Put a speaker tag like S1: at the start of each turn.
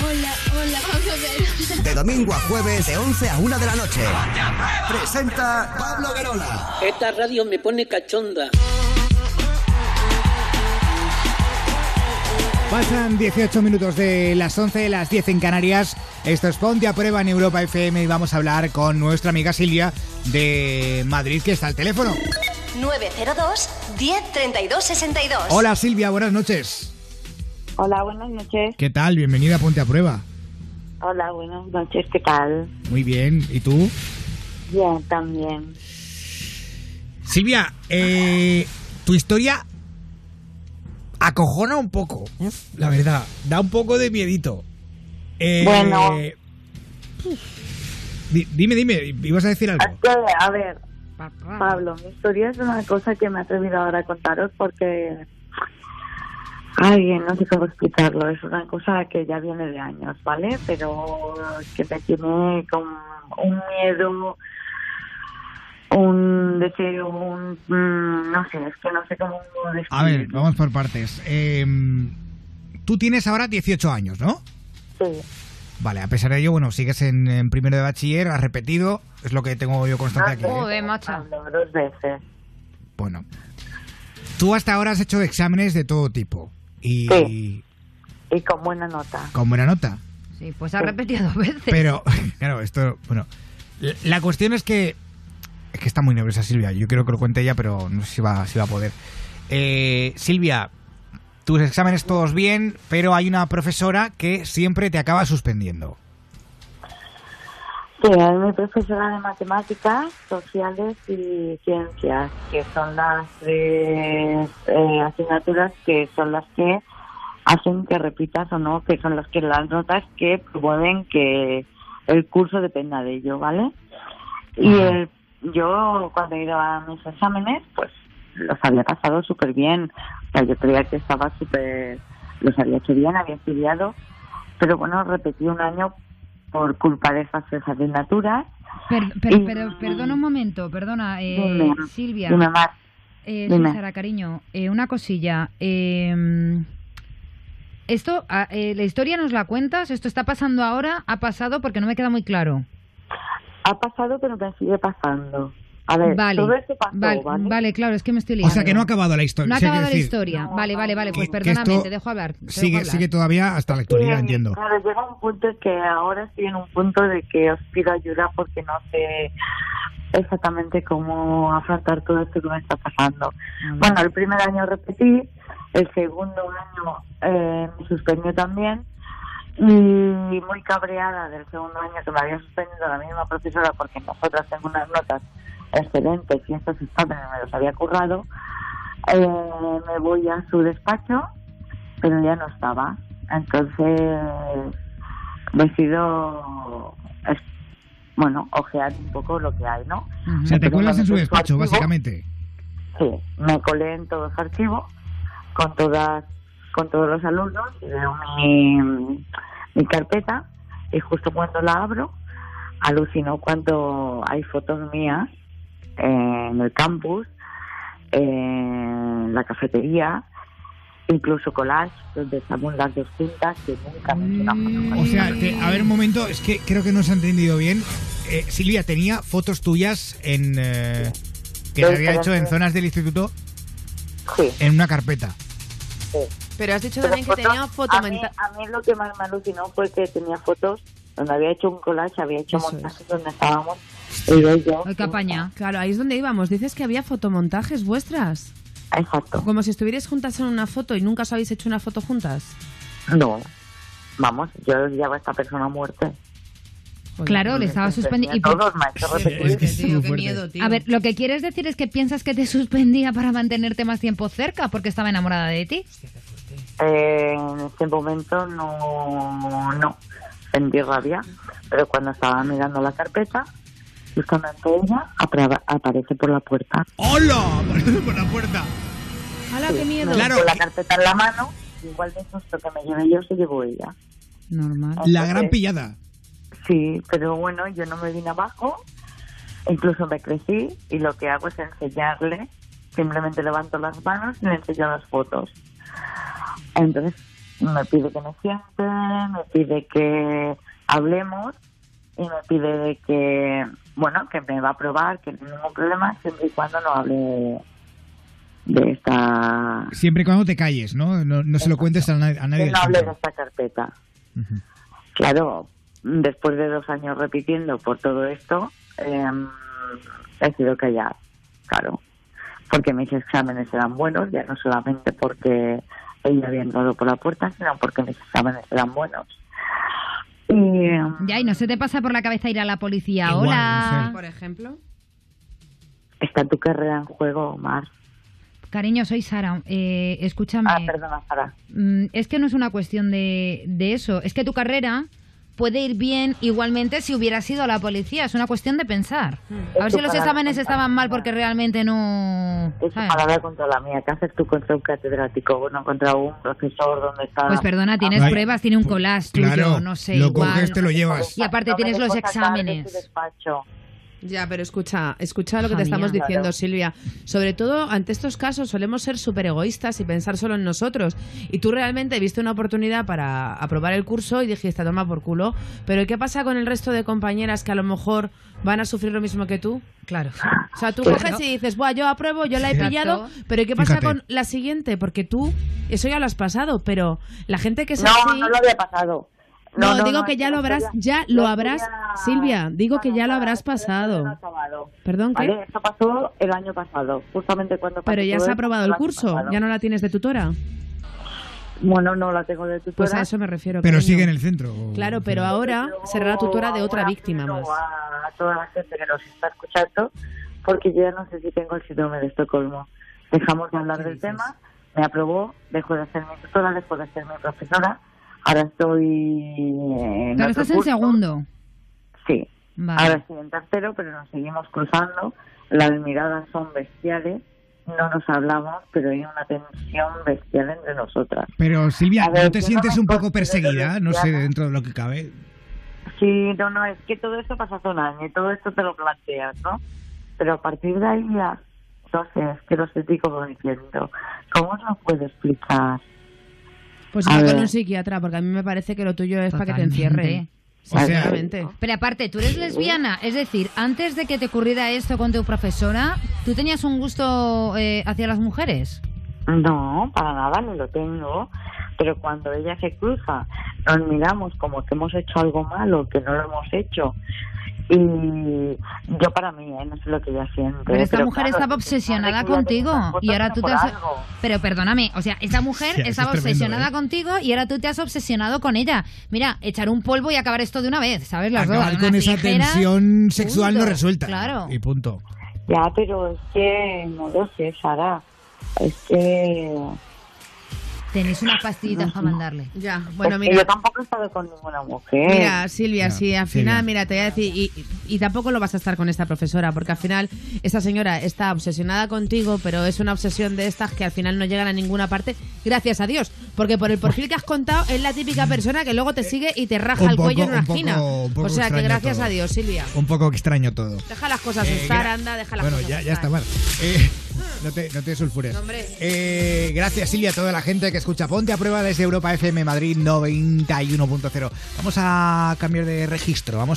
S1: con la Pablo
S2: De domingo a jueves, de 11 a 1 de la noche. Presenta Pablo Guerola.
S3: Esta radio me pone cachonda.
S4: Pasan 18 minutos de las 11, de las 10 en Canarias. Esto es Ponte a Prueba en Europa FM y vamos a hablar con nuestra amiga Silvia de Madrid, que está al teléfono.
S5: 902 1032 62.
S4: Hola Silvia, buenas noches.
S6: Hola, buenas noches.
S4: ¿Qué tal? Bienvenida a Ponte a Prueba.
S6: Hola, buenas noches, ¿qué tal?
S4: Muy bien, ¿y tú?
S6: Bien, también.
S4: Silvia, eh, tu historia acojona un poco, la verdad. Da un poco de miedito. Eh,
S6: Bueno.
S4: di- dime, dime, ibas a decir
S6: Es
S4: algo.
S6: que, a ver, Pablo, mi historia es una cosa que me he atrevido ahora a contaros porque... Ay, no sé cómo explicarlo. Es una cosa que ya viene de años, ¿vale? Pero que me tiene con un miedo, un deseo, un... mm, No sé, es que no sé cómo decirlo.
S4: A ver, vamos por partes. Eh, tú tienes ahora 18 años, ¿no?
S6: Sí,
S4: Vale, a pesar de ello, bueno, sigues en, en primero de bachiller, has repetido, es lo que tengo yo constante aquí. ¿eh?
S7: Joder, macho.
S6: Pablo, dos veces.
S4: Bueno, tú hasta ahora has hecho exámenes de todo tipo y
S6: Sí. Y con buena nota.
S4: con buena nota.
S7: Sí, pues ha repetido dos veces.
S4: Pero, claro, esto, bueno, la- la cuestión es que es que está muy nerviosa Silvia. Yo quiero que lo cuente ella, pero no sé si va, si va a poder. Eh, Silvia, tus exámenes todos bien, pero hay una profesora que siempre te acaba suspendiendo.
S6: Sí, es mi profesora de matemáticas, sociales y ciencias, que son las tres eh, asignaturas que son las que hacen que repitas o no, que son las que las notas que promueven que el curso dependa de ello, ¿vale? Y
S4: Ajá.
S6: el- yo cuando he ido a mis exámenes, pues los había pasado súper bien, o sea, yo creía que estaba súper, los había hecho bien, había estudiado, pero bueno, repetí un año por culpa de esas tres asignaturas.
S7: Per- per-
S6: Y-
S7: pero- perdona un momento, perdona, eh,
S6: Dime.
S7: Silvia.
S6: Dime, Mar.
S7: Eh, sí,
S6: Dime.
S7: Sara, cariño, eh, una cosilla. eh, esto, ah, eh, la historia nos la cuentas, esto está pasando ahora, ha pasado porque no me queda muy claro.
S6: Ha pasado, pero me sigue pasando. A ver,
S7: vale,
S6: Eh, todo esto pasó,
S7: vale,
S6: ¿vale?
S7: vale, claro, es que me estoy
S4: O
S7: liando.
S4: sea que no ha acabado la historia.
S7: No ha
S4: O sea, quiero
S7: acabado la
S4: decir,
S7: historia.
S6: no,
S7: vale, vale, vale,
S6: que-
S7: pues
S4: que
S7: perdóname,
S4: esto
S7: te dejo hablar. te dejo
S4: Sigue,
S7: hablar.
S4: sigue todavía hasta la actualidad,
S6: Sí,
S4: entiendo.
S6: Claro, llega un punto que ahora estoy en un punto de que os pido ayuda porque no sé exactamente cómo afrontar todo esto que me está pasando. Bueno, el primer año repetí, el segundo año eh, me suspendió también y muy cabreada del segundo año que me había suspendido la misma profesora porque nosotras tengo unas notas excelentes y estos exámenes me los había currado, eh, me voy a su despacho, pero ya no estaba. Entonces decido, es- bueno, ojear un poco lo que hay, ¿no?
S7: Ujú.
S4: O sea, te
S6: Pero
S4: cuelas en su
S6: cuando es tu
S4: despacho,
S6: archivo-
S4: básicamente.
S6: Sí, me colé en todos los archivos con todas con todos los alumnos y veo mi, mi carpeta y justo cuando la abro alucino cuando hay fotos mías en el campus en la cafetería incluso collage donde estamos las dos juntas que nunca me hice una foto con
S4: O sea,
S6: ellas.
S4: te- a ver un momento, es que creo que no se ha entendido bien. Eh, Silvia tenía fotos tuyas en eh, que te
S6: Sí,
S4: había hecho en
S6: diferente.
S4: zonas del instituto
S6: sí,
S4: en una carpeta.
S8: Pero has dicho
S6: Pero
S8: también que
S6: fotos,
S8: tenía foto
S6: a mí,
S8: mental.
S6: a mí lo que más me alucinó fue que tenía fotos donde había hecho un collage, había hecho
S8: Eso
S6: montajes donde estábamos. ella y yo.
S7: Ay, qué apaña.
S8: Claro, ahí es donde íbamos. Dices que había fotomontajes vuestras.
S6: Exacto.
S8: Como si estuvierais juntas en una foto y nunca os habéis hecho una foto juntas.
S6: No. Vamos, yo odiaba a esta persona a muerte.
S8: Joder,
S7: Claro,
S8: no
S7: le
S8: me-
S7: estaba
S6: Tenía
S7: suspendiendo.
S6: Todos me ha hecho repetir.
S4: que es
S8: tío,
S4: muy
S8: qué
S4: fuerte.
S8: miedo, tío.
S7: A ver, lo que quieres decir es que piensas que te suspendía para mantenerte más tiempo cerca porque estaba enamorada de ti.
S6: Eh, en este momento no, no sentí rabia, pero cuando estaba mirando la carpeta, justamente ella apra- aparece por la puerta.
S4: ¡Hola! Por la puerta.
S8: ¡Hala, qué miedo!
S4: Claro.
S6: Con la carpeta en la mano, igual de susto que me llevé yo, se llevó ella.
S7: Normal.
S4: La gran
S6: Entonces,
S4: pillada.
S6: Sí, pero bueno, yo no me vine abajo, incluso me crecí y lo que hago es enseñarle, simplemente levanto las manos y le enseño las fotos. Entonces, me pide que me siente, me pide que hablemos y me pide que, bueno, que me va a probar, que no hay ningún problema, siempre y cuando no hable de esta...
S4: Siempre y cuando te calles, ¿no? No, no se lo cuentes a, na- a nadie.
S6: que
S4: del
S6: no hable de
S4: centro.
S6: esta carpeta.
S4: Ujú.
S6: Claro, después de dos años repitiendo por todo esto, eh, he sido callar, claro, porque mis exámenes eran buenos, ya no solamente porque ella había entrado por la puerta, sino porque mis exámenes eran buenos. Y, eh,
S7: Ya, y no se te pasa por la cabeza ir a la policía.
S4: Igual,
S7: Hola.
S8: Por ejemplo.
S6: está tu carrera en juego, Omar.
S7: Cariño, soy Sara. Eh, escúchame.
S6: Ah, perdona, Sara.
S7: Mm, es que no es una cuestión de, de eso. Es que tu carrera puede ir bien igualmente si hubieras ido a la policía. Es una cuestión de pensar. A ver si los exámenes estaban mal porque realmente no...
S6: Es una
S7: ¿sabes?
S6: palabra contra la mía. ¿Qué haces tú contra un catedrático? Bueno, contra un profesor donde está...
S7: Pues perdona, tienes
S4: Ay,
S7: pruebas, tiene un
S4: pues,
S7: collage tuyo,
S4: claro,
S7: no sé,
S4: Lo
S7: igual.
S4: coges, te lo llevas.
S7: Y aparte
S6: No me
S7: tienes los
S6: dejo sacar de tu
S7: exámenes.
S6: despacho.
S8: Ya, pero escucha, escucha lo que
S7: Hija
S8: te estamos
S7: mía.
S8: diciendo,
S6: Claro.
S8: Silvia. Sobre todo ante estos casos solemos ser súper egoístas y pensar solo en nosotros. Y tú realmente viste una oportunidad para aprobar el curso y dijiste, toma por culo. Pero ¿qué pasa con el resto de compañeras que a lo mejor van a sufrir lo mismo que tú?
S7: Claro.
S8: O sea,
S6: Pues
S8: tú
S7: Claro.
S8: coges y dices, Buah, yo apruebo, yo la he
S7: Exacto.
S8: pillado, pero ¿qué pasa
S4: Fíjate.
S8: con la siguiente? Porque tú, eso ya lo has pasado, pero la gente que es
S6: No,
S8: así...
S6: no lo había pasado.
S8: No, digo que ya lo habrás- ya lo
S6: yo
S8: habrás-
S6: estoy a-
S8: Silvia, digo que ya lo habrás
S6: estoy a-
S8: pasado.
S6: no he acabado.
S8: Perdón, ¿qué?
S6: Vale, esto pasó el año pasado, justamente cuando pasó
S8: Pero ya
S6: todo
S8: se
S6: esto,
S8: ha aprobado el
S6: año
S8: curso,
S6: pasado.
S8: ya no la tienes de tutora.
S6: Bueno, no la tengo de tutora.
S8: Pues a eso me refiero.
S4: Pero
S8: cariño.
S4: sigue en el centro.
S8: Claro, pero
S4: ahora
S8: ahora
S6: Yo
S8: será la tutora de otra
S6: ahora
S8: víctima
S6: pido
S8: más.
S6: A toda la gente que nos está escuchando, porque yo ya no sé si tengo el síndrome de Estocolmo. Dejamos de hablar del tema, me aprobó, dejó de ser mi tutora, dejó de ser mi profesora. Ahora estoy. en
S7: Claro,
S6: otro
S7: estás en
S6: curso.
S7: segundo.
S6: Sí,
S7: Vale.
S6: Ahora sí, en tercero, pero nos seguimos cruzando. Las miradas son bestiales. No nos hablamos, pero hay una tensión bestial entre nosotras.
S4: Pero Silvia,
S6: A ver,
S4: ¿no te
S6: yo no
S4: sientes
S6: me
S4: un poco
S6: considero
S4: perseguida? No sé,
S6: lesbiana.
S4: dentro de lo que cabe.
S6: Sí, no, no, es que todo esto pasa hace un año y todo esto te lo planteas, ¿no? Pero a partir de ahí ya, no sé, es que no sé si cómo diciendo. ¿Cómo os lo puedo explicar?
S8: Pues
S6: A
S8: va con
S6: ver.
S8: un psiquiatra, porque a mí me parece que lo tuyo es para que te
S7: Totalmente.
S8: encierre.
S4: O sea,
S8: Exactamente.
S7: Pero aparte, tú eres lesbiana, es decir, antes de que te ocurriera esto con tu profesora, ¿tú tenías un gusto eh, hacia las mujeres?
S6: Eh, No, para nada, no lo tengo. Pero cuando ella se cruza, nos miramos como que hemos hecho algo malo, que no lo hemos hecho. Y yo para mí, ¿eh? no sé lo que ella siente.
S7: Pero esta
S6: pero
S7: mujer
S6: claro,
S7: estaba
S6: es que se supone
S7: obsesionada
S6: que ella tiene
S7: contigo
S6: esas cosas
S7: y ahora tú te
S6: por
S7: has...
S6: algo.
S7: Pero perdóname, o sea, esta mujer
S4: Hostia, eso
S7: estaba
S4: es tremendo,
S7: obsesionada
S4: ¿eh?
S7: contigo y ahora tú te has obsesionado con ella. Mira, echar un polvo y acabar esto de una vez, ¿sabes? Las dos,
S4: acabar
S7: unas
S4: con esa
S7: ligeras,
S4: tensión sexual no
S7: punto.
S4: resuelta.
S7: Claro.
S4: Y punto.
S6: Ya, pero es que no lo sé, Sara. Es que.
S7: Tenéis unas pastillitas para mandarle.
S8: Ya,
S6: es
S8: bueno,
S6: que
S8: mira.
S6: yo tampoco he estado con ninguna mujer.
S8: Mira, Silvia,
S4: Ya,
S8: si
S4: Silvia.
S8: al final, mira, te voy a decir, y, y- y tampoco lo vas a estar con esta profesora, porque al final esta señora está obsesionada contigo, pero es una obsesión de estas que al final no llegan a ninguna parte, gracias a Dios, porque por el perfil que has contado es la típica persona que luego te sigue y te raja
S4: Mm. Un
S8: el
S4: poco-
S8: cuello en una
S4: un poco-
S8: esquina.
S4: un poco
S8: o sea que
S4: extraño
S8: gracias
S4: todo.
S8: a Dios, Silvia.
S4: Un poco extraño todo.
S8: Deja las cosas
S4: Eh,
S8: estar,
S4: gra-
S8: anda, deja las
S4: Bueno,
S8: cosas
S4: ya, ya está
S8: estar.
S4: mal. Eh, no, te, no te sulfures.
S8: No, hombre.
S4: Eh, gracias, Silvia, a toda la gente que escucha. Ponte a prueba desde Europa FM Madrid 91.0. Vamos a cambiar de registro. Vamos a.